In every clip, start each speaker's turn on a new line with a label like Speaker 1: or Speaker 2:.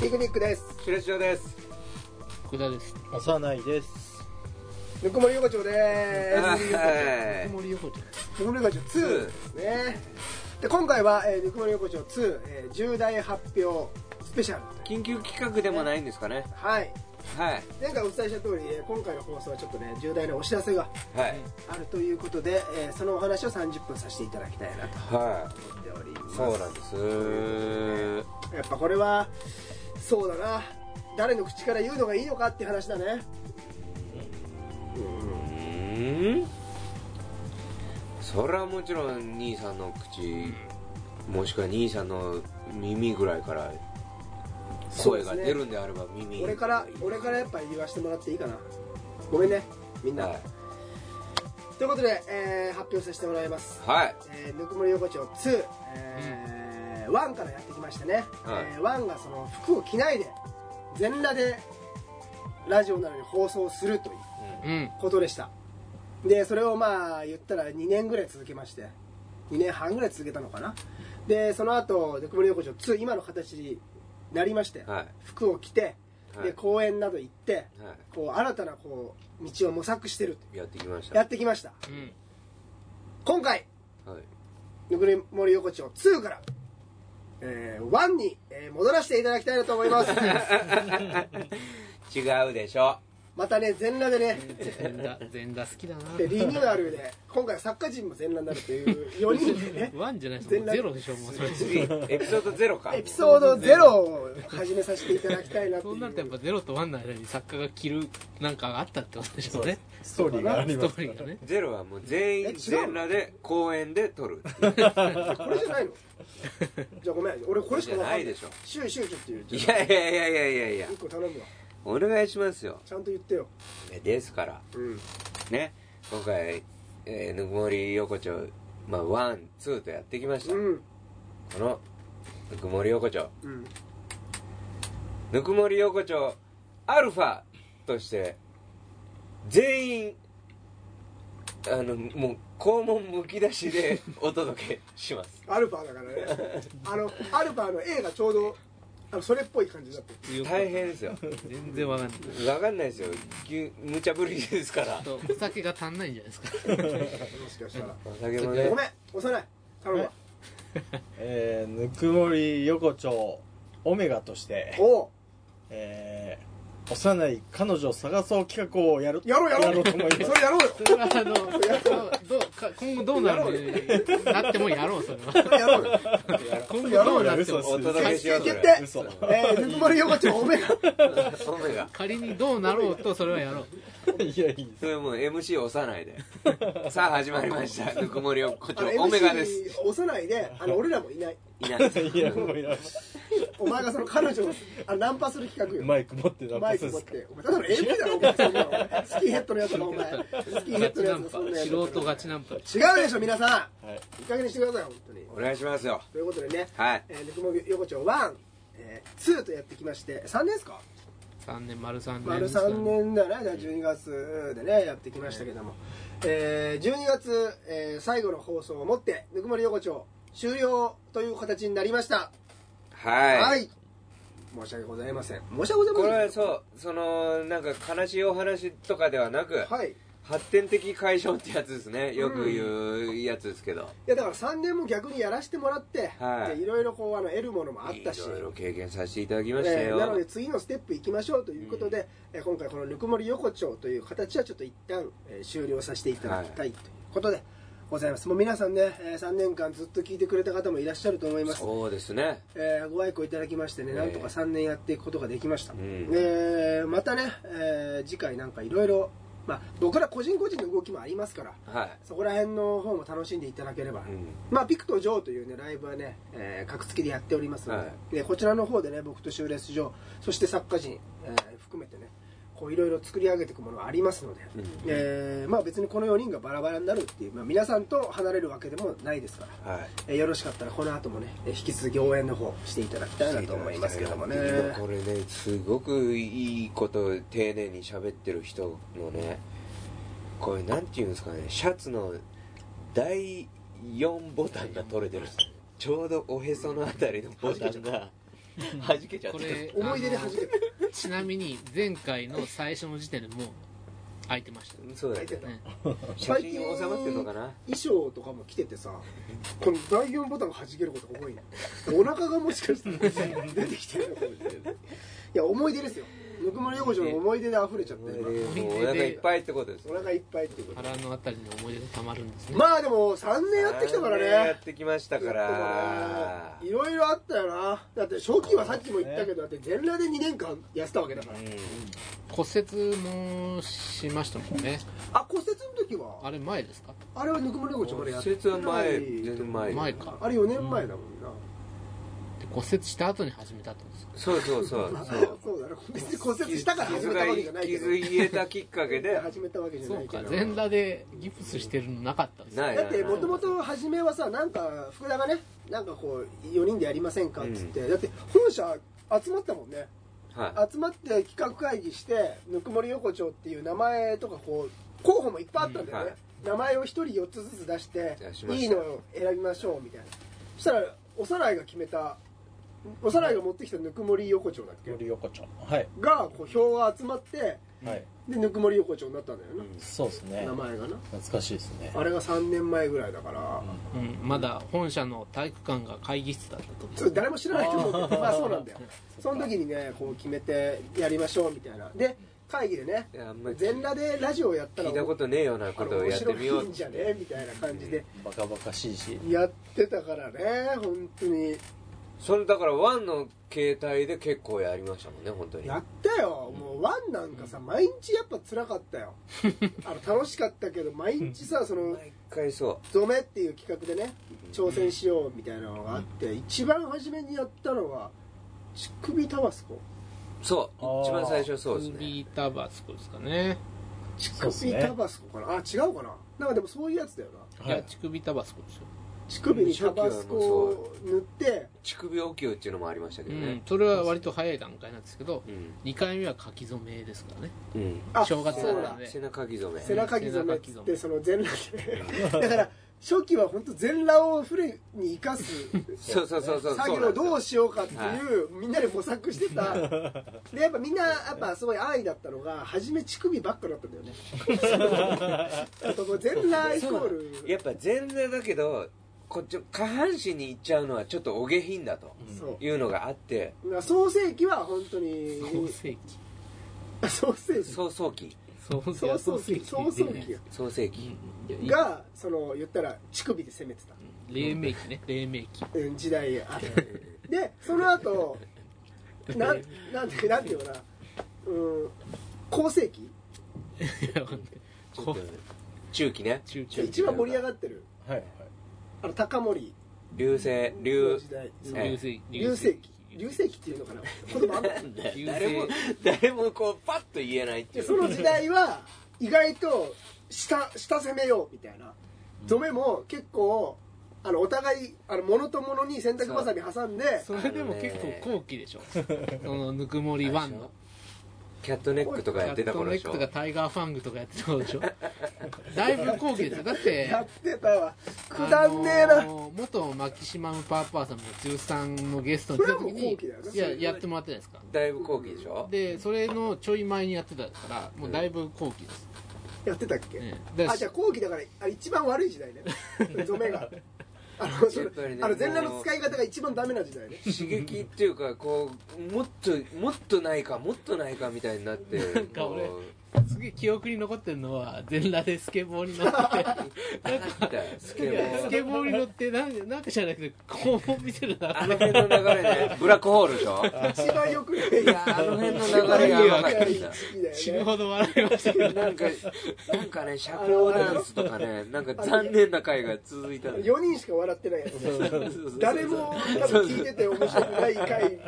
Speaker 1: ピクニックです。
Speaker 2: 白石です。
Speaker 3: 福田です。
Speaker 4: 幼いです。
Speaker 1: ぬくもり横丁で
Speaker 3: ぬ
Speaker 2: は
Speaker 3: くもり横丁。
Speaker 1: す。ぬくもり横丁2ですね。で、今回は、えー、ぬくもり横丁2、えー、重大発表スペシャル。
Speaker 2: い。緊急企画でもないんですかね。
Speaker 1: はい。
Speaker 2: はい。
Speaker 1: 前回お伝えした通り、えー今回の放送はちょっとね、重大なお知らせが
Speaker 2: はい。
Speaker 1: あるということで、えーそのお話を30分させていただきたいなと
Speaker 2: は
Speaker 1: 思っておりま
Speaker 2: い。
Speaker 1: す。
Speaker 2: そうなんです。
Speaker 1: やっぱこれは、そうだな。誰の口から言うのがいいのかっていう話だね。
Speaker 2: うん。それはもちろん兄さんの口、もしくは兄さんの耳ぐらいから声が出るんであれば耳。
Speaker 1: 俺から、俺からやっぱ言わせてもらっていいかな。ごめんね、みんな。
Speaker 2: はい。
Speaker 1: ということで、えー発表させてもらいます。
Speaker 2: はい。
Speaker 1: えーぬくもり横丁2、えー1からやってきましたね、
Speaker 2: はい
Speaker 1: えー1がその服を着ないで全裸でラジオなのに放送するという
Speaker 3: うん。
Speaker 1: ことでしたでそれをまあ言ったら2年ぐらい続けまして2年半ぐらい続けたのかなでその後ぬくもり横丁2今の形になりまして、
Speaker 2: はい。
Speaker 1: 服を着て
Speaker 2: はい
Speaker 1: で公園など行って
Speaker 2: は
Speaker 1: こう新たなこう道を模索してると
Speaker 2: い。やってきまし
Speaker 1: や
Speaker 2: た。
Speaker 1: ってきました
Speaker 3: うん。
Speaker 1: 今回
Speaker 2: はい。
Speaker 1: ぬくり森横丁2から、えー、1に、えー戻らせていただきたいなと思います
Speaker 2: 違うでしょ。
Speaker 1: またね全裸でね
Speaker 3: 全裸、全裸好きだな。
Speaker 1: でリニューアルで今回は作家陣も全裸になるという4人でね
Speaker 3: ワンじゃないですもん。ゼロでしょ、もうそれ。
Speaker 2: 次、エピソードゼロ か。
Speaker 1: エピソードゼロを始めさせていただきたいなって
Speaker 3: そ
Speaker 1: いう
Speaker 3: なるとやっ
Speaker 1: う
Speaker 3: ぱゼロとワンの間に作家が着るなんかがあったってことでしょうね。
Speaker 4: ストーリーがあり
Speaker 3: ス
Speaker 4: ま
Speaker 3: ト
Speaker 4: す
Speaker 3: ー。リーがね。
Speaker 2: ゼロはもう全
Speaker 1: え違
Speaker 2: 員
Speaker 1: う
Speaker 2: 全裸で公園で撮る。
Speaker 1: これじゃないのじゃあごめん俺これしかわかんない
Speaker 2: じゃないでしょ
Speaker 1: シューシューちょっと言う
Speaker 2: いやいやいやいやいやいや
Speaker 1: 1個頼むわ
Speaker 2: お願いしますよ
Speaker 1: ちゃんと言ってよ
Speaker 2: ですから
Speaker 1: うん
Speaker 2: ね今回、えー、ぬくもり横丁まあワンツーとやってきました、
Speaker 1: う
Speaker 2: こ
Speaker 1: ん
Speaker 2: のぬくもり横丁
Speaker 1: うん
Speaker 2: ぬくもり横丁アルファとして全員あのもう肛門むき出 しでお届けします
Speaker 1: アルファだからねあのアルファの A がちょうどあのそれっぽい感じだった
Speaker 2: 大変ですよ
Speaker 3: 全然わかんない。ち
Speaker 2: わかんないですよぎ無茶ぶりで すから
Speaker 3: ょっとお酒が足んないんじゃないですか。
Speaker 1: もしかしたら
Speaker 2: お酒もね
Speaker 1: ごめん幼い頼むわ
Speaker 4: えー、ぬくもり横丁、オメガとして、
Speaker 1: おう
Speaker 4: えー、幼い彼女を探そう企画をやる。
Speaker 1: やろうやろう
Speaker 4: と思います
Speaker 1: そ。れやろうよ
Speaker 3: それはあの、どうか今後どうなるのかなってもやろう、それは。
Speaker 1: それやろうよ
Speaker 3: 今後どうなって
Speaker 4: 嘘
Speaker 3: も
Speaker 4: で。す
Speaker 2: お届けしようそれ
Speaker 1: 決定
Speaker 4: 嘘。
Speaker 1: えー、ぬくもり横丁おめえ
Speaker 2: オメガ
Speaker 3: 仮にどうなろうとそれはやろう。
Speaker 4: いや、いい
Speaker 2: それもう MC 押さないで さあ始まりましたぬくもりをこち
Speaker 1: あ
Speaker 2: ょ
Speaker 1: の
Speaker 2: オメガです。
Speaker 1: MC 押さないで、あの、俺らもいない。
Speaker 2: いない
Speaker 4: です。いや、もういらない。
Speaker 1: お前がその彼女を、あの、ナンパする企画よ。
Speaker 4: マイク持ってナン
Speaker 1: マ
Speaker 4: パ
Speaker 1: イク
Speaker 4: するん
Speaker 1: 持っ
Speaker 4: ですか
Speaker 1: て。お前、ただの AV だろ、お前そんなの。スキーヘッドのやつが、お前。スキーヘ
Speaker 3: ガ
Speaker 1: ッドの
Speaker 3: チナ
Speaker 1: や
Speaker 3: ン
Speaker 1: つが
Speaker 3: パ
Speaker 1: そんなや。つ。
Speaker 3: 素人ガチナンパ。
Speaker 1: 違うでしょ、皆さ
Speaker 4: はい。
Speaker 1: ん。いい加減にしてください、本当に。
Speaker 2: お願いしますよ
Speaker 1: ということでね、
Speaker 2: はい
Speaker 1: えー、ぬくもり横丁1、えー、2とやってきまして、3年ですか
Speaker 3: 3年、丸3年。
Speaker 1: 丸3。年だね、じゃあ12月でね、やってきましたけども、えー、12月、えー最後の放送をもって、ぬくもり横丁終了という形になりました。
Speaker 2: はい、
Speaker 1: 申し訳ございません。申し訳ございま
Speaker 2: こ
Speaker 1: せん。
Speaker 2: れはそうそのなんか悲しいお話とかではなく、
Speaker 1: はい。い
Speaker 2: 発展的解消ってやつですねよく言うやつですけど、
Speaker 1: や、だから3年も逆にやらせてもらって、
Speaker 2: はい
Speaker 1: でいろいろこう、あの、得るものもあったし、
Speaker 2: いろいろ経験させていただきました
Speaker 1: え
Speaker 2: よ、
Speaker 1: ーなので次のステップ行きましょうということで、えー今回このぬくもり横丁という形はちょっと一旦、えー終了させていただきたいということでございます、もう皆さんね、え3年間ずっと聞いてくれた方もいらっしゃると思います、
Speaker 2: そうですね
Speaker 1: えーご愛顧いただきましてね、
Speaker 2: ええ
Speaker 1: なんとか3年やっていくことができました、
Speaker 2: ん
Speaker 1: えーまたね、えー次回なんかいろいろまあ僕ら個人個人の動きもありますから
Speaker 2: はい
Speaker 1: そこら辺の方も楽しんでいただければ、
Speaker 2: うん
Speaker 1: まあ、ピクとジョーという、ね、ライブはね、えー、格付きでやっておりますので,、
Speaker 2: はい
Speaker 1: でこちらの方でね僕とシューレース・ジョーそして作家陣、えー含めてねこういろいろ作り上げていくものはありますので、
Speaker 2: うん
Speaker 1: えーまあ、別にこの4人がバラバラになるっていう、まあ、皆さんと離れるわけでもないですから、
Speaker 2: はい
Speaker 1: えーよろしかったらこの後もねえー引き続き応援の方していただきたいなと思いますけどもね
Speaker 2: 今これねすごくいいこと丁寧に喋ってる人のねこれなんていうんですかねシャツの第4ボタンが取れてるちょうどおへそのあたりのボタン がはじけちゃっ
Speaker 3: こ
Speaker 2: てる
Speaker 3: れ
Speaker 1: 思い出で初めて
Speaker 3: あのちなみに前回の最初の時点でもう開いてました
Speaker 2: そうだ
Speaker 1: 書いて
Speaker 2: ね
Speaker 1: た
Speaker 3: ね
Speaker 2: 写真収まってるのかな
Speaker 1: 衣装とかも着ててさこの第4ボタンが弾けることが多いねお腹がもしかしたら出てきてるのかもしれないいや思い出ですよぬくもり横丁の思い出で溢れちゃって今
Speaker 2: もうお腹いっぱいってことです
Speaker 1: お腹いっぱいっていうことで
Speaker 3: 腹のあたりに思い出がたまるんですね
Speaker 1: まあでも3年やってきたから
Speaker 2: や
Speaker 1: ね
Speaker 2: ってきましたから
Speaker 1: いろいろあったよなだって初期はさっきも言ったけどだって全裸で2年間やってたわけだから
Speaker 3: 骨折もしましたもんね
Speaker 1: あ骨折の時は
Speaker 3: あれ前ですか
Speaker 1: あれはぬくもり横丁までやって
Speaker 2: 節は前全然前
Speaker 3: 前か
Speaker 1: あれ4年前だもんな
Speaker 3: で骨折した後に始めたってことですか
Speaker 2: そうそうそう
Speaker 1: まあ
Speaker 2: そう
Speaker 1: そうだね別に骨折したから始めたわけじゃないけど
Speaker 2: 傷が癒えたきっかけで
Speaker 1: 始めたわけじゃ
Speaker 3: そ
Speaker 1: な
Speaker 3: う
Speaker 1: いけ
Speaker 3: か
Speaker 1: ど
Speaker 3: 全裸でギプスしてるのなかったんですね
Speaker 2: ない
Speaker 1: だってもともと初めはさなんか福田がねなんかこう4人でやりませんかっつって、だって本社集まったもんね
Speaker 2: は
Speaker 1: 集まって企画会議してぬくもり横丁っていう名前とかこう候補もいっぱいあったんだよね、名前を1人4つずつ出して
Speaker 2: 出しました
Speaker 1: いいのを選びましょうみたいなそしたらおさらいが決めたおさらいが持ってきたぬくもり横丁だっけ
Speaker 4: 森横丁はい
Speaker 1: がこう票が集まって
Speaker 4: はい
Speaker 1: でぬくもり横丁になったんだよな、
Speaker 4: そうですね
Speaker 1: 名前がな
Speaker 4: 懐かしいですね
Speaker 1: あれが3年前ぐらいだから、
Speaker 3: うん、まだ本社の体育館が会議室だった時
Speaker 1: それ誰も知らないと思うけ どまあそうなんだよ
Speaker 4: そ
Speaker 1: そ
Speaker 4: っか
Speaker 1: の時にねこう決めてやりましょうみたいなで会議でね
Speaker 2: いいやあんまり
Speaker 1: 全裸でラジオやったら
Speaker 2: 聞いたことねえようなことをやってみよ
Speaker 1: あの面白
Speaker 2: う
Speaker 1: いんじゃねみたいな感じで
Speaker 4: バカバカしいし
Speaker 1: やってたからね本当に
Speaker 2: それだからワンの携帯で結構やりましたもんね本当に
Speaker 1: やったよもうワンなんかさ毎日やっぱ辛かった よあの楽しかったけど毎日さその
Speaker 2: 毎回そ
Speaker 1: 「ゾメ」っていう企画でね挑戦しようみたいなのがあって一番初めにやったのは乳首タバスコ
Speaker 2: うそう
Speaker 4: あー
Speaker 2: 一番最初はそうです
Speaker 3: ク
Speaker 2: ね
Speaker 3: ビータバスコですかね、、
Speaker 1: 乳
Speaker 4: そうっす
Speaker 1: 首
Speaker 4: ね
Speaker 1: タバスコかなあ違うかななんかでもそういうやつだよない
Speaker 3: や乳首タバスコでしょ、
Speaker 1: 乳首にタバスコを塗って
Speaker 2: 乳首お灸っていうのもありましたけ
Speaker 3: う
Speaker 2: ど
Speaker 3: ん
Speaker 2: ね、
Speaker 3: それは割と早い段階なんですけど
Speaker 2: うん
Speaker 3: 2回目は書き初めですからね
Speaker 2: うん
Speaker 1: あ
Speaker 3: 正月
Speaker 1: そう
Speaker 3: な
Speaker 1: だ
Speaker 3: んで
Speaker 2: 背中着染め
Speaker 1: 背中着染めっつ
Speaker 3: 背中着
Speaker 1: っ
Speaker 3: 染め
Speaker 1: てその全裸で だから初期は本当全裸をフレに生かす
Speaker 2: そうそうそうそう
Speaker 1: 作
Speaker 2: そう
Speaker 1: 業
Speaker 2: な
Speaker 1: を
Speaker 2: んですよ
Speaker 1: どうしようかっていうみんなで模索して たでやっぱみんなやっぱすごい安易だったのが初め乳首ばっかだったんだよね あともう全裸イコール
Speaker 2: やっぱ全然だけどこっち下半身に行っちゃうのはちょっとお下品だと
Speaker 1: そう
Speaker 2: いうのがあって
Speaker 1: だから創世記は本当に
Speaker 3: 創世記
Speaker 1: 創世記
Speaker 2: 早々期
Speaker 3: 創世
Speaker 1: 創世記
Speaker 3: 創
Speaker 1: 創世記よ
Speaker 2: 創世紀
Speaker 3: が
Speaker 1: がその言ったら乳首で攻めてた
Speaker 3: 黎明期ね黎明期
Speaker 1: うん時代あってでその後なんなんてなんていうのかなうん後世紀
Speaker 3: いやわかんない
Speaker 2: ちょっ
Speaker 3: こと
Speaker 2: 中期ね
Speaker 3: 中中
Speaker 1: 一番盛り上がってる
Speaker 4: はいはい
Speaker 1: あの高森
Speaker 2: 流星
Speaker 1: の
Speaker 2: 流
Speaker 1: 時代
Speaker 2: ええ
Speaker 3: 流星
Speaker 1: 流星期流星期っていうのかな言葉 あんの
Speaker 3: 流
Speaker 2: 誰も
Speaker 3: 星
Speaker 2: 誰もこうパッと言えないって
Speaker 1: で
Speaker 2: いう
Speaker 1: その時代は意外と下下攻めようみたいな染めも結構あのお互いあの物と物に洗濯ばさみ挟んで
Speaker 3: それでも結構後期でしょそのぬくもり1の
Speaker 2: キャットネックとか
Speaker 3: キ
Speaker 2: や
Speaker 3: ャ
Speaker 2: って
Speaker 3: ッ
Speaker 2: た
Speaker 3: ト
Speaker 2: 頃で
Speaker 3: ネッ
Speaker 2: し
Speaker 3: ク
Speaker 2: ょ
Speaker 3: とかタイガーファングとかやってたでしょだいぶ後期ですよだって
Speaker 1: やってたわくだんねえな
Speaker 3: あのー元マキシマムパーパーさんも13のゲストに来
Speaker 1: それ
Speaker 3: た時
Speaker 1: はもう
Speaker 3: に
Speaker 1: 後期だよね
Speaker 3: いややってもらってないですか
Speaker 2: だいぶ後期でしょ
Speaker 3: でそれのちょい前にやってたからもうだいぶ後期です、
Speaker 1: やってたっけ
Speaker 3: ね、
Speaker 1: あじゃあ後期だからあ一番悪い時代 ね染めがあのそれ
Speaker 2: やっぱりね
Speaker 1: あの全裸の使い方が一番ダメな時代ね
Speaker 2: 刺激っていうかこうもっともっとないかもっとないかみたいになって
Speaker 3: なんか俺
Speaker 2: こう
Speaker 3: すげえ記憶に残ってるのは全裸でスケボーに乗って
Speaker 2: ス ケボー
Speaker 3: スケボーに乗ってなんなんかじゃなくて肛門見せるな
Speaker 2: あの辺の流れねブラックホールでしょ
Speaker 1: 一番よくない
Speaker 2: いやあの辺の流れが甘かったんだ
Speaker 3: 死ぬほど笑いましたけど
Speaker 2: なんかなんかね社交ダンスとかねなんか残念な回が続いたの
Speaker 1: 4人しか笑ってないやつ
Speaker 2: そうそうそう
Speaker 1: 誰も多分聞いてて面白くない回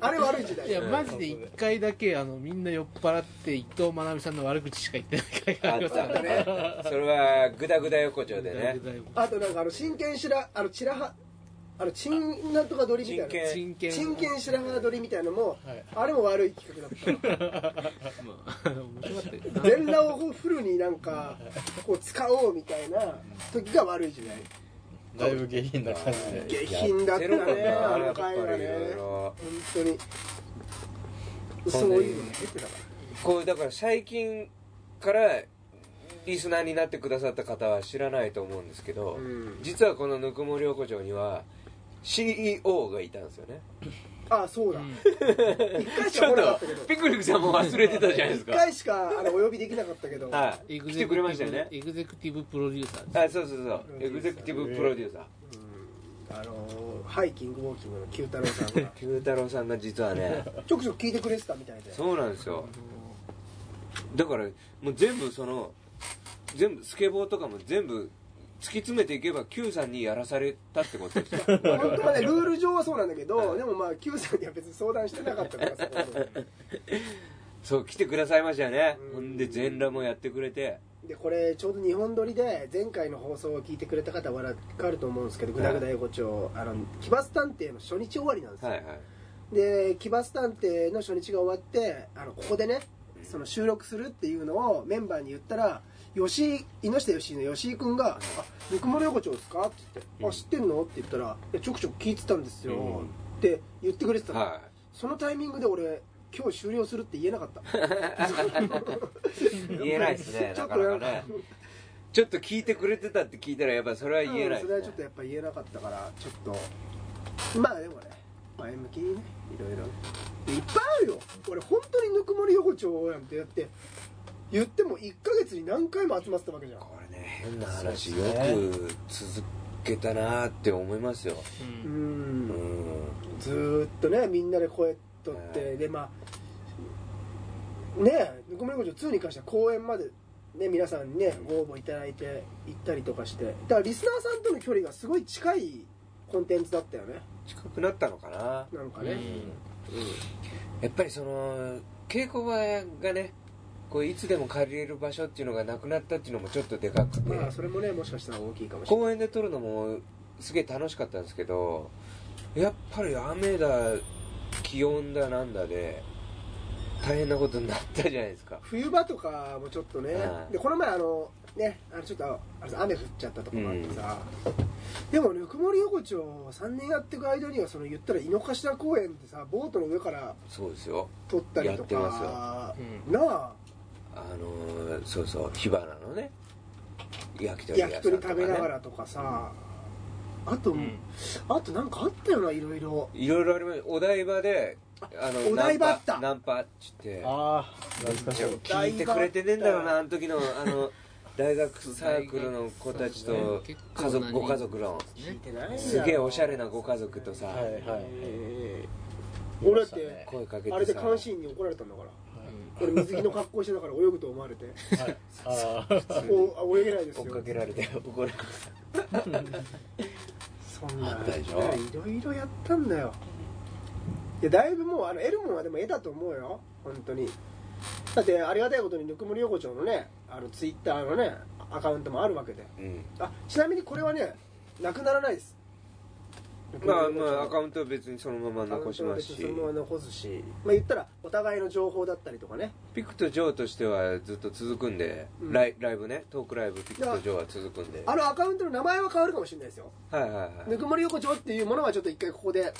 Speaker 1: あれ悪い時代
Speaker 3: いやマジで一回だけあのみんな酔っ払って伊藤真奈美さんの悪口しか言ってない回が
Speaker 2: あ
Speaker 3: あり
Speaker 2: っ
Speaker 3: ましたた
Speaker 2: ねそれはグダグダ横丁でね
Speaker 1: あとなんかあの真剣白あのチラハあのチンなんとか取りみたいな
Speaker 2: 珍
Speaker 3: 真剣
Speaker 1: 真剣白羽取りみたいなのも、
Speaker 3: はい
Speaker 1: あれも悪い企画だった
Speaker 3: まあ面白かったよな
Speaker 1: 全裸をフルになんかこう使おうみたいな時が悪い時代
Speaker 4: だいぶ下品な感じ
Speaker 1: 下
Speaker 4: で
Speaker 1: 品だったね
Speaker 2: やってるもんな
Speaker 1: あ
Speaker 2: あれや
Speaker 1: の
Speaker 2: っぱ
Speaker 1: 回
Speaker 2: り
Speaker 1: はいね
Speaker 2: ろいろ
Speaker 1: 本当にそういうのも出てたか
Speaker 2: こうだから最近からリスナーになってくださった方は知らないと思うんですけど、
Speaker 1: うん
Speaker 2: 実はこのぬくもり横丁には CEO がいたんですよね
Speaker 1: らあそうだ、
Speaker 3: ん
Speaker 1: 一回し
Speaker 2: ち
Speaker 1: か来
Speaker 2: ょっ
Speaker 1: なかった
Speaker 2: と
Speaker 1: けど
Speaker 2: ピクリクさんも忘れてたじゃないです
Speaker 1: 一
Speaker 2: か
Speaker 1: 回しかあのお呼びできなかったけど、
Speaker 2: はい
Speaker 3: エグ
Speaker 2: 来
Speaker 3: ゼ
Speaker 2: て
Speaker 3: ク
Speaker 2: く
Speaker 3: テ
Speaker 2: れ
Speaker 3: ィブ
Speaker 2: ましたよね
Speaker 3: エグゼクティブプロデューサーです
Speaker 2: あそうそうそうエグゼクティブプロデューサー
Speaker 1: うんあのハイキングウォーキングの九太郎さんが
Speaker 2: 九太郎さんが実はね
Speaker 1: ちょくちょく聞いてくれてたみたいで
Speaker 2: そうなんですよだからもう全部その全部スケボーとかも全部突き詰めていけば Q さんにやらされたってことで すよ
Speaker 1: 本当はねルール上はそうなんだけどでもまあ Q さんには別に相談してなかったからそこそこ
Speaker 2: そう来てくださいましたよね
Speaker 1: うん
Speaker 2: ほんで全裸もやってくれて
Speaker 1: でこれちょうど日本撮りで前回の放送を聞いてくれた方はわかると思うんですけど「グダグダ横丁」あの奇抜探偵の初日終わりなんですよ、
Speaker 2: はいはい
Speaker 1: で奇抜探偵の初日が終わってあのここでねその収録するっていうのをメンバーに言ったら吉井猪下吉井の吉井君が「あぬくもり横丁ですか?」って言って「
Speaker 2: うん
Speaker 1: あ知ってんの?」って言ったらいや「ちょくちょく聞いてたんですよ」
Speaker 2: うん
Speaker 1: って言ってくれてたの、
Speaker 2: は
Speaker 1: そのタイミングで俺今日終了するって言えなかった
Speaker 2: い 言えないですね
Speaker 1: ちょ
Speaker 2: な
Speaker 1: っ
Speaker 2: か
Speaker 1: と
Speaker 2: なかねちょっと聞いてくれてたって聞いたらやっぱそれは言えない
Speaker 1: うんそ
Speaker 2: で
Speaker 1: れはちょ
Speaker 2: す
Speaker 1: っと
Speaker 2: ね
Speaker 1: やっぱ言えなかったからちょっとまあでもね前向きにねいろいろいっぱいあるよ俺本当にぬくもり横丁なんてやって言っても1ヶ月に何回も集まってたわけじゃん
Speaker 2: これね変な話
Speaker 4: そう
Speaker 2: よ
Speaker 4: ですね
Speaker 2: く続けたなって思いますよ
Speaker 1: う
Speaker 2: うんん
Speaker 1: ずーっとねみんなで声とって、
Speaker 2: はい
Speaker 1: でまあねえぬくもり横丁2に関しては公演までね皆さんにねご応募いただいて行ったりとかしてだからリスナーさんとの距離がすごい近いコンテンツだったよね
Speaker 2: 近くなったのかな
Speaker 1: なんかね、
Speaker 2: やっぱりその稽古場がねこういつでも借りれる場所っていうのがなくなったっていうのもちょっとでかくて
Speaker 1: まあそれもねもしかしたら大きいかもしれない
Speaker 2: 公園で撮るのもすげえ楽しかったんですけどやっぱり雨だ気温だなんだで大変なことになったじゃないですか
Speaker 1: 冬場とかもちょっとね、
Speaker 2: はい
Speaker 1: でこの前あのねあのちょっとあれさ雨降っちゃったとこもあってさ、でもぬくもり横丁3年やっていく間にはその言ったら井の頭公園でさボートの上から
Speaker 2: そうですよ
Speaker 1: 撮ったりと
Speaker 2: やって
Speaker 1: か
Speaker 3: うん
Speaker 1: なあ
Speaker 2: あのーそうそう火花のね焼き鳥屋
Speaker 1: 焼
Speaker 2: さん
Speaker 1: き
Speaker 2: とか、
Speaker 1: 鳥
Speaker 2: ね、
Speaker 1: 食べながらとかさ、あと、
Speaker 3: うん
Speaker 1: あとなんかあったよないろいろ
Speaker 2: いろいろありますお台場であの
Speaker 1: お台場あった
Speaker 2: ナンパナンパっつって
Speaker 4: ああ懐かしい
Speaker 2: 聞いてくれてねえんだろうなあの時のあ の大学サークルの子たちと家族ご家族の
Speaker 1: 聞いてない
Speaker 2: すげえおしゃれなご家族とさ、
Speaker 4: はいはいはい
Speaker 1: えー俺だっ
Speaker 4: いま
Speaker 1: て
Speaker 2: 声かけてさ
Speaker 1: あれで監視員に怒られたんだから俺水着の格好してたから泳ぐと思われて
Speaker 4: はいああ
Speaker 1: お泳げないです
Speaker 2: 追
Speaker 1: よ
Speaker 2: っかけら れて怒られて
Speaker 1: そんな
Speaker 2: あったでしょ
Speaker 1: いろいろやったんだよいやだいぶもうあのエルモンはでも絵だと思うよ本当にだってありがたいことにぬくもり横丁のねあのツイッターのねアカウントもあるわけで
Speaker 2: うん
Speaker 1: あちなみにこれはねなくならないです
Speaker 2: まあまあアカ
Speaker 1: ン
Speaker 2: ウントは別にそのまま残しますし
Speaker 1: そのまま残すしまあ言ったらお互いの情報だったりとかね
Speaker 2: ピクとジョーとしてはずっと続くんで、
Speaker 1: うん
Speaker 2: ライライブねトークライブピクとジョーは続くんでは
Speaker 1: あのアカウントの名前は変わるかもしれないですよ
Speaker 2: いはいはい
Speaker 1: ぬくもり横丁っていうものはちょっと一回ここで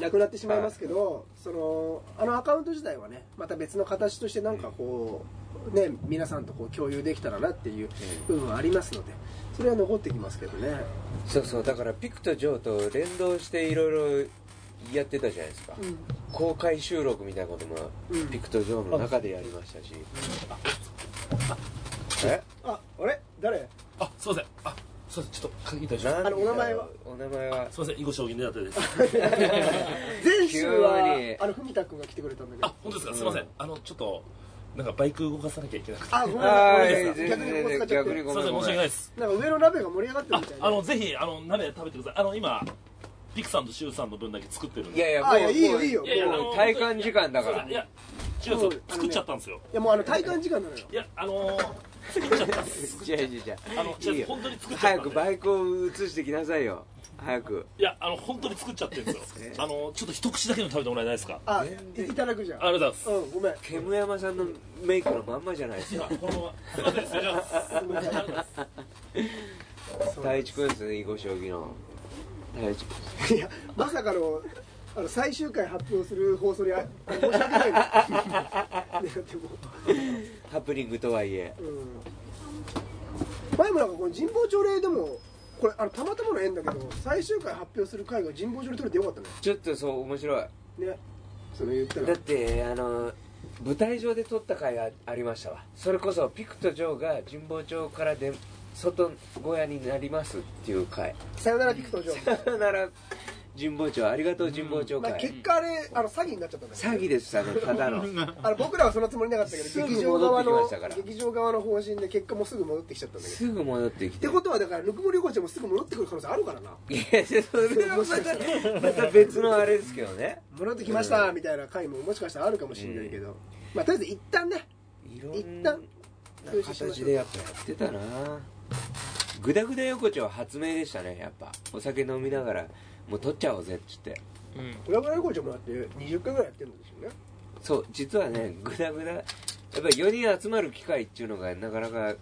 Speaker 1: なくなってしまいますけど、そのあのアカウント自体はねまた別の形としてなんかこう、ね皆さんとこう共有できたらなっていう部分はありますのでそれは残ってきますけどね、
Speaker 2: そうそうだからピクとジョーと連動していろいろやってたじゃないですか、
Speaker 1: うん
Speaker 2: 公開収録みたいなことも
Speaker 1: うん
Speaker 2: ピクトジョーの中でやりましたしえ
Speaker 1: ああれ誰
Speaker 5: あすいませんあすいませんちょっと鍵大丈夫
Speaker 2: なんだろう
Speaker 1: あのお名前は
Speaker 2: お名前は
Speaker 5: すいません囲碁将棋狙ってです
Speaker 1: 前週
Speaker 2: 急
Speaker 1: は
Speaker 2: に
Speaker 1: あの文田君が来てくれたんだけ
Speaker 5: あ
Speaker 1: ど
Speaker 5: 本当ですかすいませんあのちょっとなんかバイク動かさなきゃいけなくて
Speaker 1: あごめんな
Speaker 2: は
Speaker 1: さい
Speaker 2: い
Speaker 1: ごめんなさい逆にここ使っちゃっ
Speaker 2: 逆に
Speaker 1: て
Speaker 5: すい
Speaker 2: ご
Speaker 5: ません
Speaker 2: めん
Speaker 5: 申
Speaker 2: ごめ
Speaker 5: し訳
Speaker 2: ん
Speaker 5: ないです
Speaker 1: なんか上の鍋が盛り上がってる
Speaker 5: あ
Speaker 1: みたいな
Speaker 5: あのぜひあの鍋食べてくださいあの今ピクさんとシュウさんの分だけ作ってるんで
Speaker 2: いやいやも
Speaker 1: あ
Speaker 2: う
Speaker 1: いやいいよいいよ
Speaker 2: も
Speaker 5: いやいやあ
Speaker 2: う
Speaker 5: の
Speaker 2: 体感時間だか
Speaker 5: すいま
Speaker 2: ら
Speaker 5: せんいや違うんですよ作っちゃったんですよ
Speaker 1: いやもうあの体感時間なのよ
Speaker 5: いやあのー作っちゃったんです
Speaker 2: 違う違う違う
Speaker 5: あの
Speaker 2: いい
Speaker 5: 違う
Speaker 2: よ
Speaker 5: 本当に作っちゃっ
Speaker 2: 早
Speaker 5: たん
Speaker 2: く
Speaker 5: で
Speaker 2: バイクを移してきなさいよ早く
Speaker 5: いやあの本当に作っちゃってるんですよあのちょっと一口だけでも食べてもらえないですか
Speaker 1: あいいただくじゃん
Speaker 5: ありがとうございます
Speaker 1: うんごめん
Speaker 2: 煙山さんのメイクのまんまじゃないですか
Speaker 5: このまま。すいません失礼します
Speaker 1: ごめんなさい
Speaker 2: 太一くんですね囲碁将棋の太一くん
Speaker 1: いやまさかのあの最終回発表する放送にあ申し訳ないなねでも
Speaker 2: ハプニングとはいえ
Speaker 1: うん前もなんかこの神保朝礼でもこれあのたまたまの縁だけど最終回発表する回が神保町で撮れてよかったね
Speaker 2: ちょっとそう面白い
Speaker 1: ねその言った
Speaker 2: だ
Speaker 1: ら
Speaker 2: ってあの舞台上で撮った回がありましたわそれこそピクとジョーが神保町からで外小屋になりますっていう回
Speaker 1: さよならピクトジョー
Speaker 2: さよなら神保町ありがとう神保町
Speaker 1: まあ
Speaker 2: 会
Speaker 1: 結果あれあの詐欺になっちゃったんだけど
Speaker 2: 詐欺ですあのた だの
Speaker 1: あの僕らはそのつもりなかったけ
Speaker 2: す
Speaker 1: ど
Speaker 2: ぐ
Speaker 1: 劇場側
Speaker 2: 戻っ
Speaker 1: の
Speaker 2: てきましたから
Speaker 1: 劇場側の方針で結果もうすぐ戻ってきちゃったんだけど
Speaker 2: すぐ戻ってき
Speaker 1: っててことはだからぬくもり横丁もすぐ戻ってくる可能性あるからない
Speaker 2: やそれはまたまた別のあれですけどね
Speaker 1: 戻ってきましたみたいな回ももしかしたらあるかもしれないけど、まあとりあえず一旦ね
Speaker 2: いろ
Speaker 1: 一
Speaker 2: んな
Speaker 1: 旦
Speaker 2: 形でやっぱやってたなグダグダ横丁は発明でしたねやっぱお酒飲みながらもう取っちゃおうぜっつって
Speaker 3: うん
Speaker 1: 裏側横丁もだって20回ぐらいやってるんですよね
Speaker 2: そう実はねグダグダやっぱり4人集まる機会っていうのがなかなか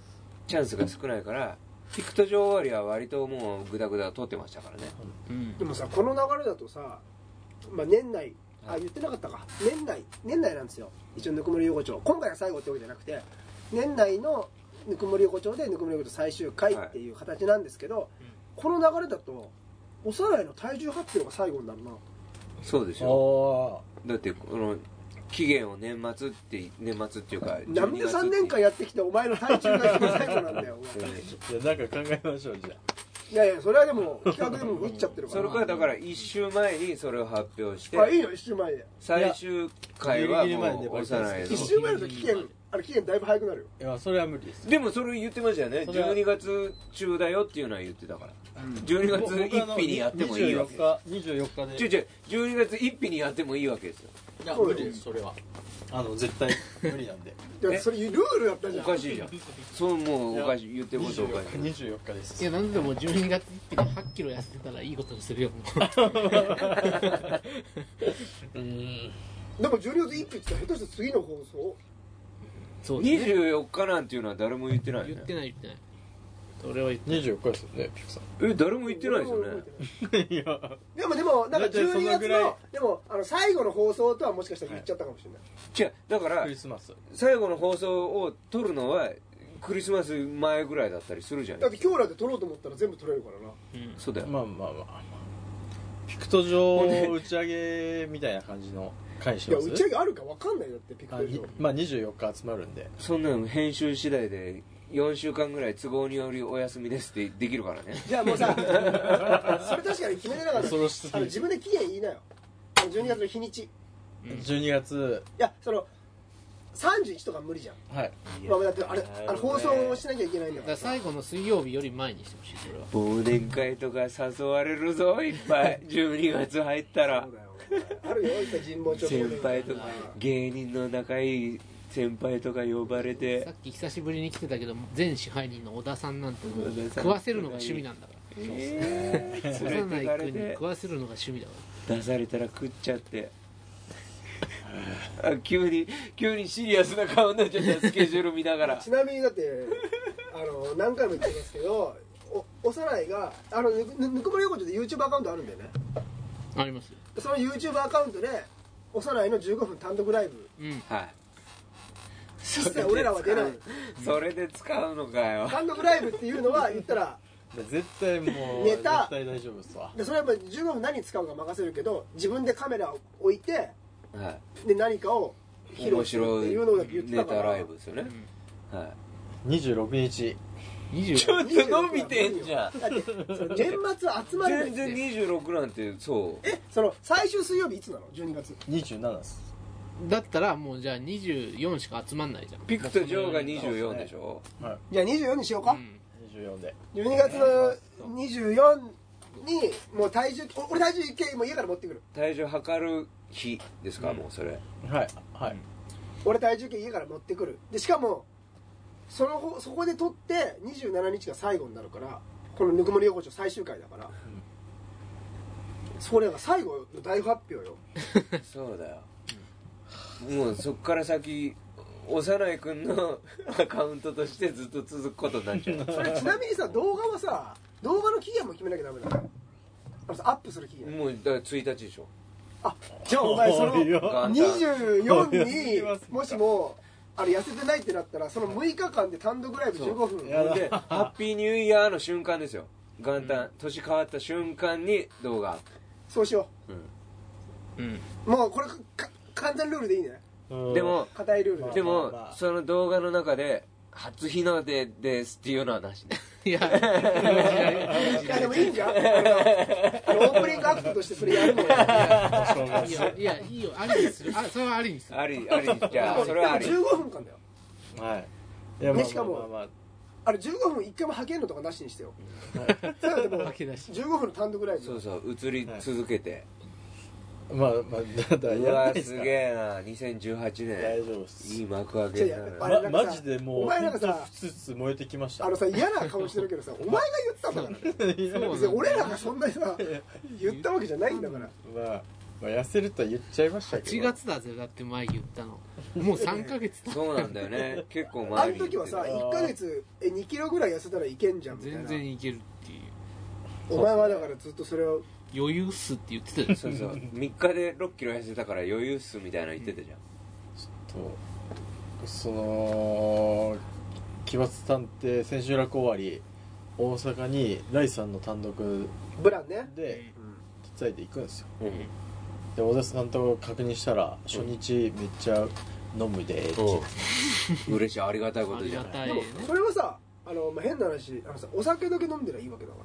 Speaker 2: チャンスが少ないからピクト上終わりは割ともうグダグダ通ってましたからね
Speaker 3: うん
Speaker 1: でもさこの流れだとさ、まあ、年内あ
Speaker 2: はい
Speaker 1: 言ってなかったか年内年内なんですよ一応ぬくもり横丁今回が最後ってわけじゃなくて年内のぬくもり横丁でぬくもり横丁最終回っていう形なんですけど、この流れだとおさらいの体重発表が最後になるな
Speaker 2: そうでしょ
Speaker 4: お
Speaker 2: だってこの期限を年末って年末っていうか
Speaker 1: なんで
Speaker 2: 12月っ
Speaker 1: 3
Speaker 2: て
Speaker 1: 年間やってきてお前の体重が最後なんだよお前
Speaker 2: うん
Speaker 4: ーいやなんか考えましょうじゃ
Speaker 1: いやいやそれはでも企画でも打っちゃってるか
Speaker 2: そ
Speaker 1: ら
Speaker 2: れからだから1週前にそれを発表して
Speaker 1: あいいよ一週前で
Speaker 2: 最終回は
Speaker 4: ギリギリま
Speaker 2: も
Speaker 4: で
Speaker 2: う幼い
Speaker 1: 一
Speaker 2: の
Speaker 1: 週前だと期限あれ期限だいぶ早くなるよ
Speaker 4: あいやそれは無理です
Speaker 2: でもそれ言ってましたよね
Speaker 4: それは
Speaker 2: 12月中だよっていうのは言ってたから12月1日にやってもいいわけ
Speaker 4: 二十四日
Speaker 2: ちょ
Speaker 4: で
Speaker 2: いちょい12月1日にやってもいいわけですよ
Speaker 4: いや無理ですそれはあの絶対無理なん で
Speaker 1: でも
Speaker 2: え
Speaker 1: それルールだったじ
Speaker 2: お
Speaker 1: ゃん
Speaker 2: かしいじゃんそうもうおかしい言ってることおかしい
Speaker 4: 二十四日で
Speaker 3: い
Speaker 4: す
Speaker 3: やなんでも12月1日に8キロ痩せてたらいいことにするよもう
Speaker 1: でも12月1日って下手したら次の放送
Speaker 3: そうですね
Speaker 2: 24日なんていうのは誰も言ってない
Speaker 3: 言
Speaker 2: よ
Speaker 3: って
Speaker 2: ね
Speaker 3: ない言ってない俺は言って
Speaker 4: 二十四日ですよねピクさん
Speaker 2: え誰も言ってないですよね
Speaker 4: いや
Speaker 1: でもでもなんか
Speaker 4: だってそ
Speaker 1: 12
Speaker 4: の
Speaker 1: 月
Speaker 4: ぐらい
Speaker 1: のでもあの最後の放送とはもしかしたら言っちゃったかもしれない、
Speaker 2: 違うだから
Speaker 4: クリスマス
Speaker 2: 最後の放送を撮るのはクリスマス前ぐらいだったりするじゃん
Speaker 1: だって今日なんて撮ろうと思ったら全部撮れるからな
Speaker 3: うん
Speaker 2: そうだよ
Speaker 4: まあまあまあピクト上打ち上げみたいな感じの会し
Speaker 1: いや
Speaker 4: ま
Speaker 1: 打
Speaker 4: す
Speaker 1: ち上げあるか分かんないよだってピク
Speaker 4: あ
Speaker 1: トリ
Speaker 4: に
Speaker 1: 上
Speaker 4: まあ24日集まるんで
Speaker 2: そんなの編集次第で4週間ぐらい都合によりお休みですってできるからね
Speaker 1: じゃあもう さそれ確かに決めてなかった
Speaker 4: 恐ろしすぎる
Speaker 1: あの自分で期限言いなよあの12月の日にちい
Speaker 4: 12月
Speaker 1: やその31とか無理じゃん、
Speaker 4: はい
Speaker 1: まあ、だってあれあの放送を
Speaker 2: し
Speaker 1: しなきゃいけないんだ
Speaker 3: だ
Speaker 1: か
Speaker 3: からら最後の水曜日より前にしてほしいそれは
Speaker 2: 忘年会とか誘われるぞいっぱ い12月入ったら
Speaker 1: そうだよお前あるよいった神保町公園
Speaker 2: 先輩とか芸人の仲いい先輩とか呼ばれて
Speaker 3: さっき久しぶりに来てたけど前支配人の小田さんなんてもう
Speaker 2: 小田さん
Speaker 3: 食わせるのが趣味なんだから
Speaker 2: えー連れ
Speaker 3: 幼
Speaker 2: て
Speaker 3: い
Speaker 2: か
Speaker 3: 君
Speaker 2: れ
Speaker 3: に
Speaker 2: て
Speaker 3: 食わせるのが趣味だか
Speaker 2: 出されたら食っちゃってあ急に急にシリアスな顔になっちゃったスケジュール見ながら
Speaker 1: ちなみにだってあの何回も言ってますけどおおさらいがあのぬぬぬくもり横丁で YouTube アカウントあるんだよね
Speaker 3: らありますよ
Speaker 1: その YouTube アカウントでおさらいの15分単独ライブ
Speaker 3: うん
Speaker 2: はい
Speaker 1: 一切俺らは出ない
Speaker 2: それで使うのかよ
Speaker 1: 単独ライブっていうのは言ったら
Speaker 4: で絶対もう
Speaker 1: ネタ
Speaker 4: 絶対大丈夫っすわ
Speaker 1: でそれはやっぱ15分何に使うか任せるけど自分でカメラを置いて
Speaker 2: は
Speaker 1: で何かを披
Speaker 2: い、
Speaker 1: 露
Speaker 2: 面
Speaker 1: するっていうのを
Speaker 2: 白
Speaker 1: 言
Speaker 2: い
Speaker 1: って
Speaker 2: ネ
Speaker 1: たか
Speaker 2: タ
Speaker 1: ら
Speaker 2: ライブですよね、は
Speaker 4: 26日
Speaker 3: 二
Speaker 2: い、
Speaker 3: 十
Speaker 2: ちょっと 伸びてんじゃん
Speaker 1: だってその年末集まれない
Speaker 2: 全
Speaker 1: っ
Speaker 2: 然
Speaker 1: て
Speaker 2: 26なんてそう
Speaker 1: え その最終水曜日いつなの12月
Speaker 4: 27です
Speaker 3: だったらもうじゃあ24しか集まんないじゃん
Speaker 2: ピクとジョーが24でしょ
Speaker 1: じゃあ24にしよう
Speaker 3: う
Speaker 1: か、
Speaker 3: ん
Speaker 4: 24で
Speaker 1: 12月の24にもう体重お俺体重計もう家から持ってくる
Speaker 2: 体重測る日ですか、もうそれ
Speaker 4: はいはい
Speaker 1: 俺体重計家から持ってくるでしかもそのほそこで取って27日が最後になるからこのぬくもり横丁最終回だから、それが最後の大発表 よ
Speaker 2: そうだよ、もうそっから先幼い君の アカウントとしてずっと続くことになっちゃう
Speaker 1: それちなみにさ動画はさ動画の期限も決めなきゃダメだよあのさアップする期限
Speaker 2: もうだから1日でしょ
Speaker 1: あじゃあお前その
Speaker 4: おいよ
Speaker 2: 元旦
Speaker 1: 24にもしもあれ痩せてないってなったらその6日間で単独ライブ15分
Speaker 4: やだ
Speaker 2: でハッピーニューイヤーの瞬間ですよ元旦年変わった瞬間に動画アッ
Speaker 1: そうしよ
Speaker 2: プ、
Speaker 3: うん
Speaker 1: うもうこれかか簡単ルールでいいね
Speaker 4: うん
Speaker 2: で も
Speaker 1: 硬いルールで
Speaker 2: で
Speaker 4: ま
Speaker 2: も
Speaker 4: あまあ
Speaker 2: その動画の中で初日の出ですっていうのはなしね
Speaker 3: いやい
Speaker 1: いやでもいいんじゃんあのオープニングアクトとしてそれやるのよ
Speaker 3: やいやいいよありにするあそれはありにす る
Speaker 2: あ りありじゃあそれはあり
Speaker 1: でも15分間だよ
Speaker 4: はいいやまあまあまあまあ
Speaker 1: しかも
Speaker 4: まあ
Speaker 1: あれ15分一回もはけんのとかなしにしてよそれはでも
Speaker 3: わけだし
Speaker 1: 15分の単独ライブ
Speaker 2: そうそう映り続けて、
Speaker 4: まあまあだから
Speaker 2: う
Speaker 4: やらな
Speaker 2: わ
Speaker 4: いです
Speaker 2: す
Speaker 4: か
Speaker 2: げえな2018
Speaker 4: 大
Speaker 2: 年
Speaker 4: 丈夫です
Speaker 2: いい幕開けだ
Speaker 1: じゃあ
Speaker 2: な
Speaker 1: あれなんかさ
Speaker 4: まマジでもう
Speaker 1: お前なんかさ
Speaker 4: ふつふつ燃えてきまし
Speaker 1: あ
Speaker 4: た
Speaker 1: のさ嫌な顔してるけどさお前が言ってたんだからね
Speaker 4: いや
Speaker 1: 別に俺らがそんなにさ言ったわけじゃないんだから
Speaker 4: まあまあ痩せるとは言っちゃいましたけど
Speaker 3: 8月だぜだって前言ったのもう3ヶ月経っ
Speaker 2: そうなんだよね結構
Speaker 1: あ
Speaker 2: 前
Speaker 1: の
Speaker 2: に言
Speaker 1: 時
Speaker 2: って
Speaker 1: はさ
Speaker 2: た
Speaker 1: 1ヶ月え2キロぐらい痩せたらいけんじゃんみたいな
Speaker 3: 全然いけるっていう
Speaker 1: お前はだからずっとそれを
Speaker 3: 余裕っすって言ってたじゃん
Speaker 2: そうそう3日で6キロ痩せたから余裕っすみたいなの言ってたじゃん、
Speaker 4: とその奇抜探偵千秋楽終わり大阪にライさんの単独
Speaker 1: ブランね
Speaker 4: で手伝いで行くんですよ
Speaker 2: うん
Speaker 4: で小田さんと確認したら初日めっちゃ飲むでって
Speaker 2: おう嬉しいありがたいこ
Speaker 3: あ
Speaker 2: と
Speaker 3: り
Speaker 2: じゃ
Speaker 3: が
Speaker 2: ない
Speaker 3: た
Speaker 1: で
Speaker 3: い
Speaker 1: も
Speaker 3: ね
Speaker 1: それはさあの、まあ、変な話あのさお酒だけ飲んでりゃいいわけだから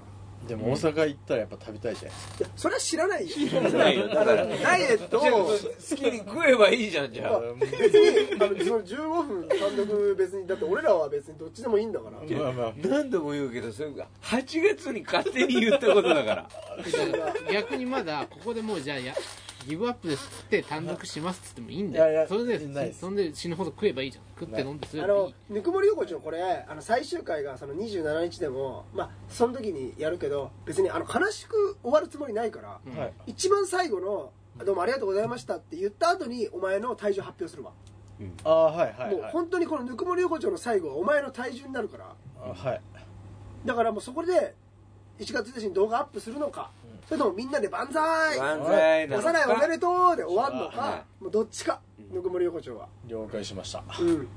Speaker 4: でも大阪行ったらやっぱ食べたいじゃないですか
Speaker 1: いやそれは知らないよ
Speaker 2: ないよだから
Speaker 1: ダイエットを
Speaker 2: じゃあ好きに食えばいいじゃんじゃあ
Speaker 1: 別にあのその15分単独別にだって俺らは別にどっちでもいいんだからだ
Speaker 4: まあまあ
Speaker 2: 何度も言うけどそれが8月に勝手に言ったことだから
Speaker 1: から
Speaker 3: 逆にまだここでもうじゃあやギブアップですっつって単独しますっつってもいいん
Speaker 4: い
Speaker 3: だ
Speaker 4: やい
Speaker 3: よ
Speaker 4: や
Speaker 3: それ
Speaker 4: な
Speaker 3: で
Speaker 4: いです
Speaker 3: そんで死ぬほど食えばいいじゃん食って飲んですれ
Speaker 1: あ
Speaker 3: ばい
Speaker 1: の
Speaker 3: い
Speaker 1: ぬくもり横丁これあの最終回がその27日でもまあその時にやるけど別にあの悲しく終わるつもりないから、
Speaker 3: うん
Speaker 4: はい
Speaker 1: 一番最後の「どうもありがとうございました」って言った後にお前の体重発表するわ、
Speaker 4: ああはいはい
Speaker 1: もう
Speaker 4: はい
Speaker 1: 本当にこのぬくもり横丁の最後はお前の体重になるから
Speaker 4: あはい
Speaker 1: だからもうそこで1月1日に動画アップするのか、それともみんなで「万歳!」
Speaker 2: 万歳な
Speaker 1: 幼
Speaker 2: のか
Speaker 1: いおめでとうで終わるのか、
Speaker 2: は
Speaker 1: もうどっちかぬくもり横丁は
Speaker 4: 了解しました
Speaker 1: うん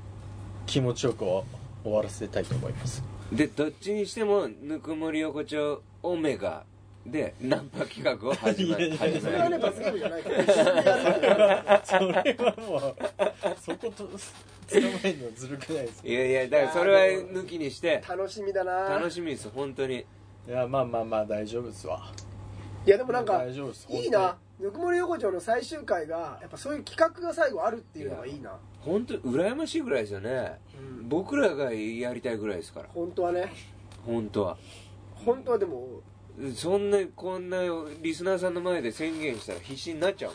Speaker 4: 気持ちよく終わらせたいと思い ます
Speaker 2: でどっちにしてもぬくもり横丁オメガでナンパ企画を始ま
Speaker 4: い
Speaker 2: る
Speaker 4: やいやいや
Speaker 1: それはね罰ゲームじゃないから一緒にやる
Speaker 4: それはもうそこと捕まえるのずるくないですか
Speaker 2: いやいやだからそれは抜きにして
Speaker 1: 楽しみだな
Speaker 2: 楽しみです本当に
Speaker 4: いやまあまあまあ大丈夫ですわ
Speaker 1: いやでもなんか
Speaker 4: 大丈夫です
Speaker 1: いいなぬくもり横丁の最終回がやっぱそういう企画が最後あるっていうのがいいな
Speaker 2: 本当羨ましいぐらいですよね
Speaker 1: うん
Speaker 2: 僕らがやりたいぐらいですから
Speaker 1: 本当はね
Speaker 2: 本当は
Speaker 1: 本当はでも
Speaker 2: そんなこんなリスナーさんの前で宣言したら必死になっちゃう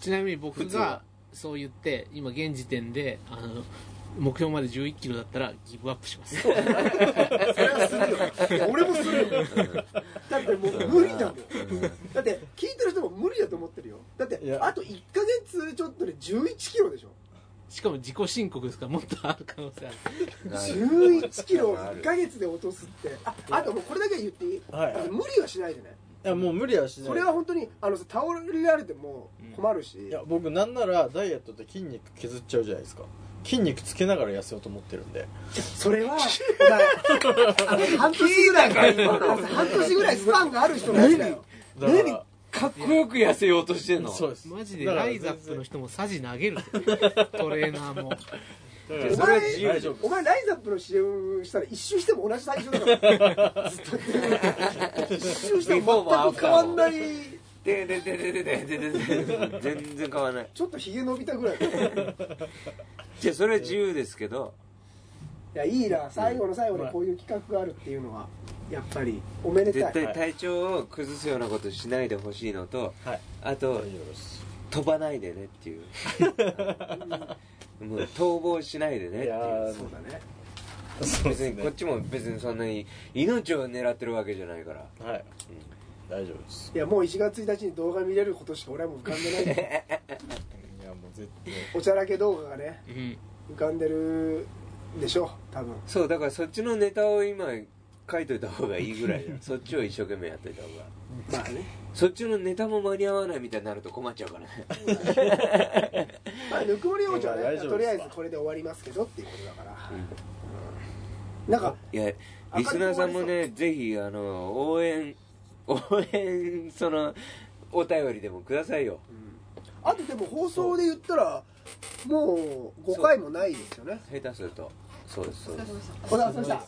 Speaker 3: ちなみに
Speaker 2: 普
Speaker 3: 僕
Speaker 2: 通は
Speaker 3: がそう言って今現時点であの目標まで1 1キロだったらギブアップします
Speaker 1: それはするよいや俺もするよだってもう無理だもんだって聞いてる人も無理だと思ってるよだって
Speaker 4: いや
Speaker 1: あと1ヶ月ちょっとで1 1キロでしょ
Speaker 3: しかも自己申告ですからもっとある可能性ある
Speaker 1: 11キロを1ヶ月で落とすってああともうこれだけは言っていい、
Speaker 4: はいはい
Speaker 1: 無理はしないでね
Speaker 4: いやもう無理はしない
Speaker 1: それは本当にあの倒れられても困るし、
Speaker 4: いや僕なんならダイエットで筋肉削っちゃうじゃないですか筋肉つけながら痩せようと思ってるんで
Speaker 1: それ はお前半年ぐらい半年ぐらいスパンがある人のやつだよ
Speaker 4: だから
Speaker 2: かっこよく痩せようとしてんの
Speaker 4: そうです
Speaker 3: マジで
Speaker 4: だから
Speaker 3: ラ
Speaker 4: 全
Speaker 3: イ
Speaker 4: 然
Speaker 3: ザップの人もサジ投げるぜトレーナーも
Speaker 4: だか
Speaker 2: い
Speaker 4: ら
Speaker 2: やそれは自由
Speaker 4: 大丈夫
Speaker 1: お前ライザップの CM したら一周しても同じ体重だからずっ と一周しても全く変わんない
Speaker 2: ででででででででで全然変わらない
Speaker 1: ちょっとひげ伸びたぐらいい
Speaker 2: じゃあそれは自由ですけど
Speaker 1: やいいな最後の最後でこういう企画があるっていうのはやっぱりおめでた
Speaker 2: 絶
Speaker 1: い
Speaker 2: 対体調を崩すようなことしないでほしいのと
Speaker 4: はい
Speaker 2: あと
Speaker 4: 大丈夫です
Speaker 2: 飛ばないでねっていうもう逃亡しないでねって
Speaker 4: いや
Speaker 2: いう
Speaker 4: ー
Speaker 1: そうだね
Speaker 4: そうです
Speaker 2: 別にこ
Speaker 4: ね
Speaker 2: っちも別にそんなに命を狙ってるわけじゃないから
Speaker 4: はい大丈夫です
Speaker 1: いやもう1月1日に動画見れることしか俺はもう浮かんでない
Speaker 4: いやもう絶
Speaker 1: おちゃらけ動画がね
Speaker 3: うん
Speaker 1: 浮かんでるでしょ多分
Speaker 2: そうだからそっちのネタを今書いといた方がいいぐら いだそっちを一生懸命やっといた方が
Speaker 1: まあね
Speaker 2: そっちのネタも間に合わないみたいになると困っちゃうからね
Speaker 1: まあぬくもり王女はね
Speaker 4: いや大丈夫です
Speaker 1: とりあえずこれで終わりますけどっていうことだから、なんか
Speaker 2: いやリスナーさんもねぜひあの応援 応援そのお便りでもくださいよ
Speaker 1: あとでも放送で言ったらもう5回もないですよね
Speaker 2: 下手するとそうですそうです
Speaker 1: お疲れ様でした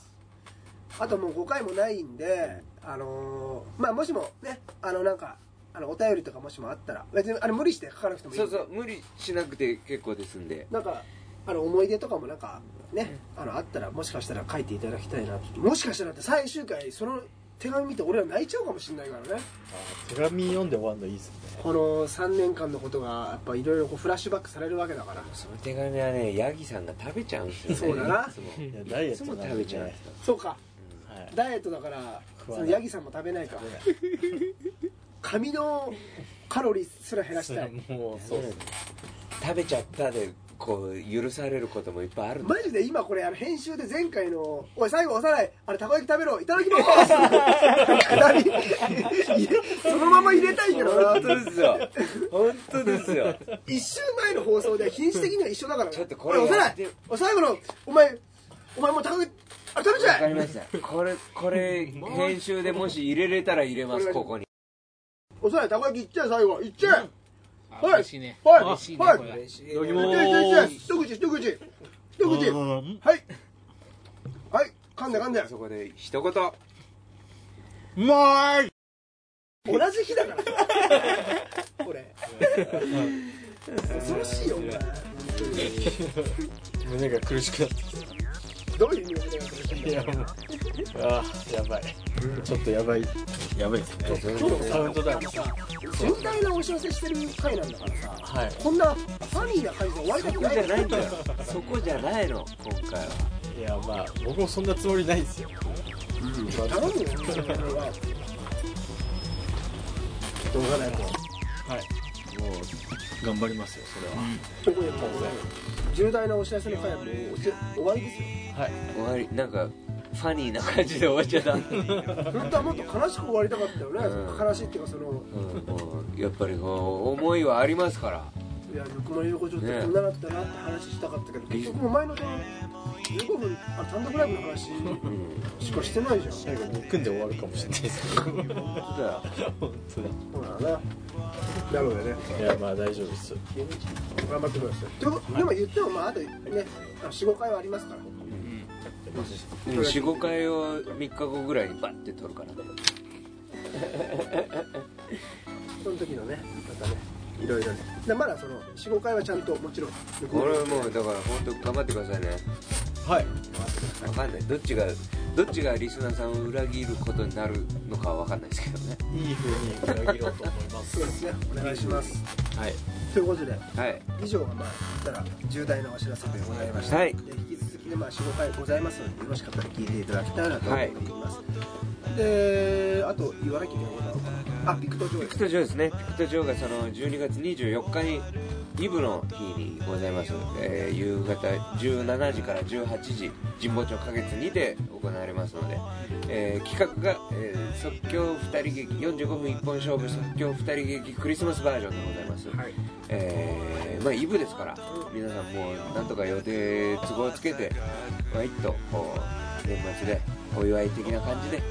Speaker 1: あともう5回もないんであのーまあもしもねあのなんかあのお便りとかもしもあったら別にあれ無理して書かなくてもいい
Speaker 2: そうそう無理しなくて結構ですんで
Speaker 1: なんかあの思い出とかもなんかねあのあったらもしかしたら書いていただきたいなもしかしたらって最終回その手紙見て俺ら泣いちゃうかもしれないからね
Speaker 4: 対手紙読んで終わるのいいですね
Speaker 1: この3年間のことがやっぱいろいろフラッシュバックされるわけだから
Speaker 2: その手紙はねヤギさんが食べちゃうんです
Speaker 1: そ
Speaker 2: よね
Speaker 1: うだない
Speaker 2: つも
Speaker 4: いやダイエ
Speaker 2: い
Speaker 4: ット
Speaker 2: つも
Speaker 4: なん
Speaker 2: 食べ
Speaker 4: で
Speaker 2: ちゃうん
Speaker 4: ね
Speaker 2: ですよ
Speaker 1: そうか
Speaker 4: はい
Speaker 1: ダイエットだから
Speaker 4: 食わ
Speaker 1: そ
Speaker 4: ない
Speaker 1: のヤギさんも食べないか紙のカロリーすら減らしたい
Speaker 4: もうそうですね
Speaker 2: 食べちゃったでこう許されることもいっぱいあるんだ
Speaker 1: マジで今これあの編集で前回の「おい最後押さないあれたこ焼き食べろいただきます」そのまま入れたいけどな
Speaker 2: 本当ですよ本当ですよ
Speaker 1: 一週前の放送で品質的には一緒だから、ね、
Speaker 2: ちょっとこれ
Speaker 1: おい押さな
Speaker 2: やって
Speaker 1: いお最後のお前お前もう高くあれ食べち
Speaker 2: わ
Speaker 1: ゃ
Speaker 2: かり
Speaker 1: え
Speaker 2: ましたこれこれ編集でもし入れれたら入れますここに
Speaker 1: おさないたこ焼きいっちゃえ最後いっちゃえ、
Speaker 3: あ
Speaker 1: はい
Speaker 3: 美味しいね
Speaker 1: はい
Speaker 3: 美味しいね
Speaker 1: はい
Speaker 3: これ
Speaker 2: 嬉しい
Speaker 4: いただき
Speaker 1: いっ
Speaker 4: ま
Speaker 1: ちゃえいっちゃえいっちゃえ一口一口一口
Speaker 5: うん
Speaker 1: はいはい噛んで噛んで
Speaker 2: そこで一言
Speaker 5: うまい
Speaker 1: 同じ日だ からこれ恐ろしいよお前
Speaker 4: す胸が苦しくなってき
Speaker 1: どういう意味をしてるのか
Speaker 4: ていやもうあーやばいちょっとやばいやばいですね
Speaker 1: ちょっと
Speaker 4: カウントダウン
Speaker 1: 重大なお知らせしてる回なんだからさ
Speaker 4: はい
Speaker 1: こんなファニーな感じで終わりた
Speaker 2: そ
Speaker 1: く
Speaker 2: こ
Speaker 1: な
Speaker 2: じゃ
Speaker 1: い
Speaker 2: ないんだよそこじゃないの今回はい
Speaker 4: やまあ僕もそんなつもりないですよ、まあ
Speaker 1: 頼むよそれは動画ないと
Speaker 4: もう頑張りますよそれは、
Speaker 1: 重大なお知らせの回はもうおち終わりですよ
Speaker 4: はい
Speaker 2: 終わりなんかファニーな感じで終わっちゃ った、うん
Speaker 1: 本当はもっと悲しく終わりたかったよね、
Speaker 2: うん
Speaker 1: 悲しいっていうかその
Speaker 2: もうやっぱりこう思いはありますから
Speaker 1: いやぬくもり横丁ってこんなだったなって話したかったけど、結局もう前のこの15分あ単独ライブの話しかしてないじゃん
Speaker 4: 最後憎んで終わるかもしれないですけど本当に
Speaker 1: そうだななのでね
Speaker 4: いやまあ大丈夫です
Speaker 1: 頑張ってくださいでもでも言ってもまああとね45回はありますから
Speaker 2: 45回を3日後ぐらいにバッて撮るからね
Speaker 1: その時のねまたねいろいろねでまだその45回はちゃんともちろんぬく
Speaker 2: こ
Speaker 1: もり
Speaker 2: れもうだから本当頑張ってくださいね
Speaker 4: はい
Speaker 2: わかんないどっちがどっちがリスナーさんを裏切ることになるのかはわかんないですけどね
Speaker 4: いい風に裏切ろうと思いま
Speaker 1: そ
Speaker 4: す
Speaker 1: うですねお願いします
Speaker 4: はい
Speaker 1: ということで
Speaker 2: はい
Speaker 1: 以上がまあ言ったら重大なお知らせでございました、
Speaker 2: はい
Speaker 1: で引き続きでまあ45回ございますのでよろしかったら聞いていただきたいなと思
Speaker 2: は
Speaker 1: っ
Speaker 2: い
Speaker 1: ております、であと言わなきゃいけないことあるかなあビクトジョ
Speaker 2: ピ
Speaker 1: ー
Speaker 2: クトジョーですねピクトジョーがその12月24日にイブの日にございます、えー夕方17時から18時神保町花月にて行われますので、えー企画が、えー即興2人劇45分1本勝負即興2人劇クリスマスバージョンでございます、
Speaker 1: はい
Speaker 2: えーまあイブですから皆さんもうなんとか予定都合つけてわいっとこう年末 でお祝い的な感じで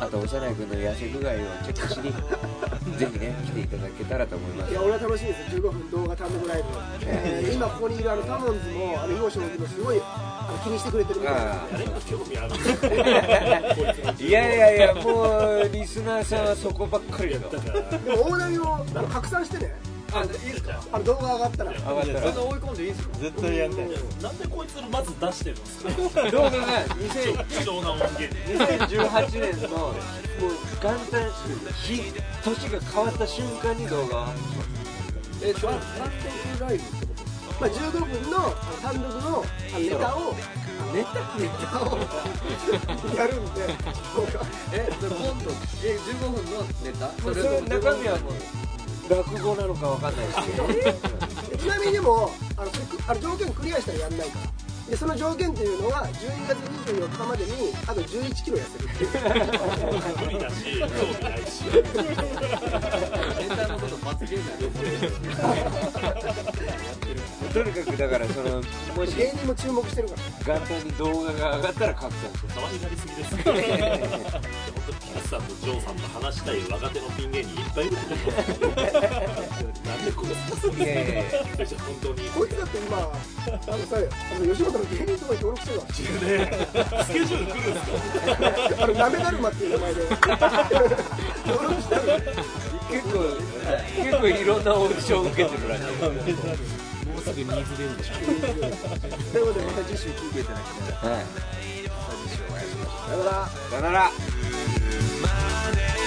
Speaker 2: あと幼い君の痩せ具合をチェックしにぜひね来ていただけたらと思います
Speaker 1: いや俺は楽しみです15分動画単独ライブ、えー今ここにいるあのタモンズもあの洋書のもすごいあの気にしてくれてるみたいなんで
Speaker 5: 誰が興味ある
Speaker 2: いやいやいやもうリスナーさんはそこばっかりだ よ
Speaker 1: でも大波もあの拡散してね
Speaker 5: あいいですか
Speaker 1: あの動画上がったら
Speaker 2: 上がったら
Speaker 4: 追い込んでいいです絶対やんない
Speaker 5: なんでこいつまず出してるんですか
Speaker 2: 動画が2000
Speaker 5: 貴重な音源で
Speaker 2: 2018年のもう元旦日年が変わった瞬間に動画をえっと
Speaker 1: ライブってことまあ、15分のあの単独のあのネタを
Speaker 2: ネタ
Speaker 1: ネタをやるんで僕は
Speaker 6: えそれコントえ15分のネタ
Speaker 2: それ
Speaker 6: とも
Speaker 2: 中身はもう落語なのかわかんないし
Speaker 1: ちなみにでもあのそれあの条件クリアしたらやんないからでその条件っていうのは12月24日までにあと1 1キロ痩せるっていう
Speaker 5: 無理だし興味ないし
Speaker 6: ネタのこと罰ゲームや
Speaker 2: とにかくだからそのもし
Speaker 1: 芸人も注目してるから
Speaker 2: 元旦に動画が上がったら拡散する
Speaker 5: 可愛がりすぎです本当に菊池さんとジョーさんと話したい若手のピン芸人いっぱいいると思いますけどなんでこ いつそんなに本当に
Speaker 1: こいつだって今あのさあの吉本の芸人とかに登録してるわ
Speaker 5: スケジュール来るんですか
Speaker 1: あのなめだるまっていう名前で登録して ある
Speaker 2: 結構結構いろんなオーディション受けてるらしい
Speaker 3: もうすぐニーズ出るでしょ
Speaker 1: ということでまた次週聞いていただきたい
Speaker 2: はい
Speaker 1: さよなら
Speaker 2: さよな
Speaker 7: ま
Speaker 2: ら
Speaker 7: で